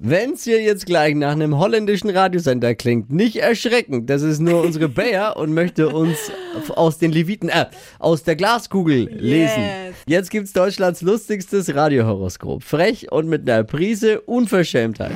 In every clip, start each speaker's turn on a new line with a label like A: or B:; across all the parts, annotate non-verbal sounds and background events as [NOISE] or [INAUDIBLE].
A: Wenn's hier jetzt gleich nach einem holländischen Radiosender klingt, nicht erschrecken. Das ist nur unsere Bayer und möchte uns f- aus den Leviten, äh, aus der Glaskugel lesen.
B: Yes.
A: Jetzt gibt's Deutschlands lustigstes Radiohoroskop. Frech und mit einer Prise Unverschämtheit.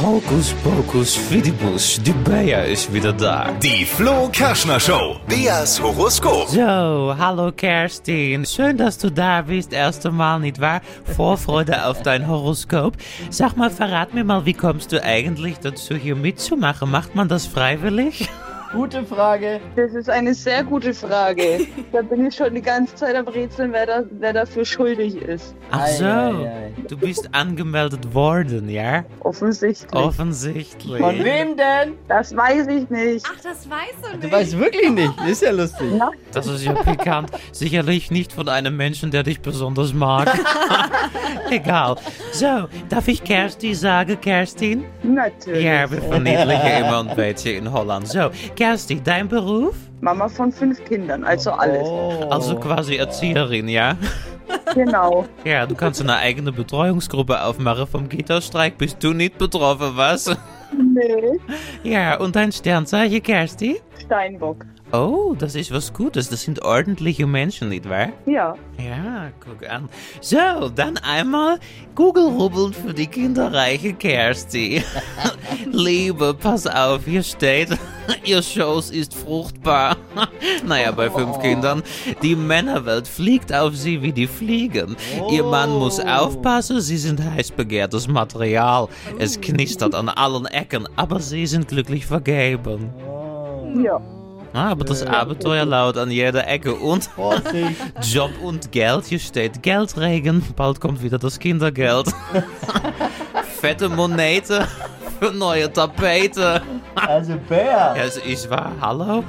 C: Hokus Pokus Fidibus, die Bayer ist wieder da.
D: Die Flo Kerschner Show. Beas Horoskop.
C: So, hallo Kerstin. Schön, dass du da bist. Erst einmal, nicht wahr? [LAUGHS] Vorfreude auf dein Horoskop. Sag mal, verrat mir mal, wie kommst du eigentlich dazu, hier mitzumachen? Macht man das freiwillig?
A: Gute Frage.
E: Das ist eine sehr gute Frage. da bin ich schon die ganze Zeit am Rätseln, wer, da, wer dafür schuldig ist.
C: Ach so,
A: Ei, ei, ei.
C: du bist angemeldet worden, ja?
E: Offensichtlich.
C: Offensichtlich.
A: Von wem denn?
E: Das weiß ich nicht.
B: Ach, das weißt du nicht.
A: Du weißt wirklich nicht. Ist ja lustig.
C: Das ist ja pikant. Sicherlich nicht von einem Menschen, der dich besonders mag. [LAUGHS] Egal. So, darf ich Kersti sagen, Kerstin?
E: Natürlich.
C: Ja, wir verniedlichen immer ein beetje in Holland. So, Kersti, dein Beruf?
E: Mama von fünf Kindern, also alles.
A: Oh.
C: Also quasi Erzieherin, ja?
E: Genau.
C: Ja, du kannst eine eigene Betreuungsgruppe aufmachen. Vom Kita-Streik bist du nicht betroffen, was?
E: Nee.
C: Ja, und dein Sternzeichen, Kersti?
E: Steinbock.
C: Oh, das ist was Gutes. Das sind ordentliche Menschen, nicht wahr?
E: Ja.
C: Ja, guck an. So, dann einmal Google-Rubbeln für die kinderreiche Kersti. [LAUGHS] Liebe, pass auf, hier steht, [LAUGHS] ihr Schoß ist fruchtbar. [LAUGHS] Naja, bei fünf Kindern. Die Männerwelt fliegt auf sie wie die Fliegen. Ihr Mann muss aufpassen, sie sind heiß begehrtes Material. Es knistert an allen Ecken, aber sie sind glücklich vergeben.
E: Ja.
C: Ah, aber das Abenteuer laut an jeder Ecke und...
A: Vorsicht.
C: Job und Geld. Hier steht Geldregen. Bald kommt wieder das
A: [LAUGHS]
C: Kindergeld. Fette Monete für neue Tapete.
A: Also Bär.
C: Ja, es ist wahr. Hallo?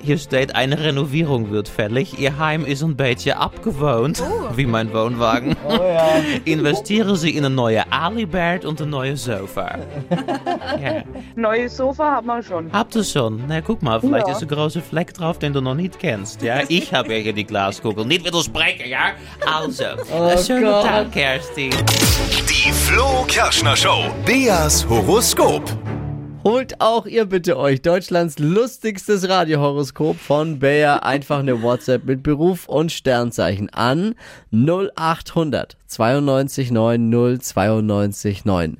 C: Hier steht, eine Renovierung wird fällig. Ihr Heim ist ein bisschen abgewohnt. Wie mein Wohnwagen.
A: Oh ja.
C: Investieren Sie in een neue Alibert und een
A: [LAUGHS]
C: neue Sofa. ja.
E: Neues Sofa haben wir schon.
C: Habt ihr schon? Na, guck mal, vielleicht
E: Ja.
C: ist ein großer Fleck drauf, den du noch nicht kennst. Ja,
A: [LAUGHS]
C: ich habe ja hier die Glaskugel. Nicht widersprechen, ja? Also,
A: Oh
C: oh schönen
A: Gott.
C: Tag, Kerstin.
D: Die Flo Kerschner Show. Beas Horoskop.
A: Holt auch ihr bitte euch Deutschlands lustigstes Radiohoroskop von Bayer einfach eine WhatsApp mit Beruf und Sternzeichen an 0800 92 9 092 9.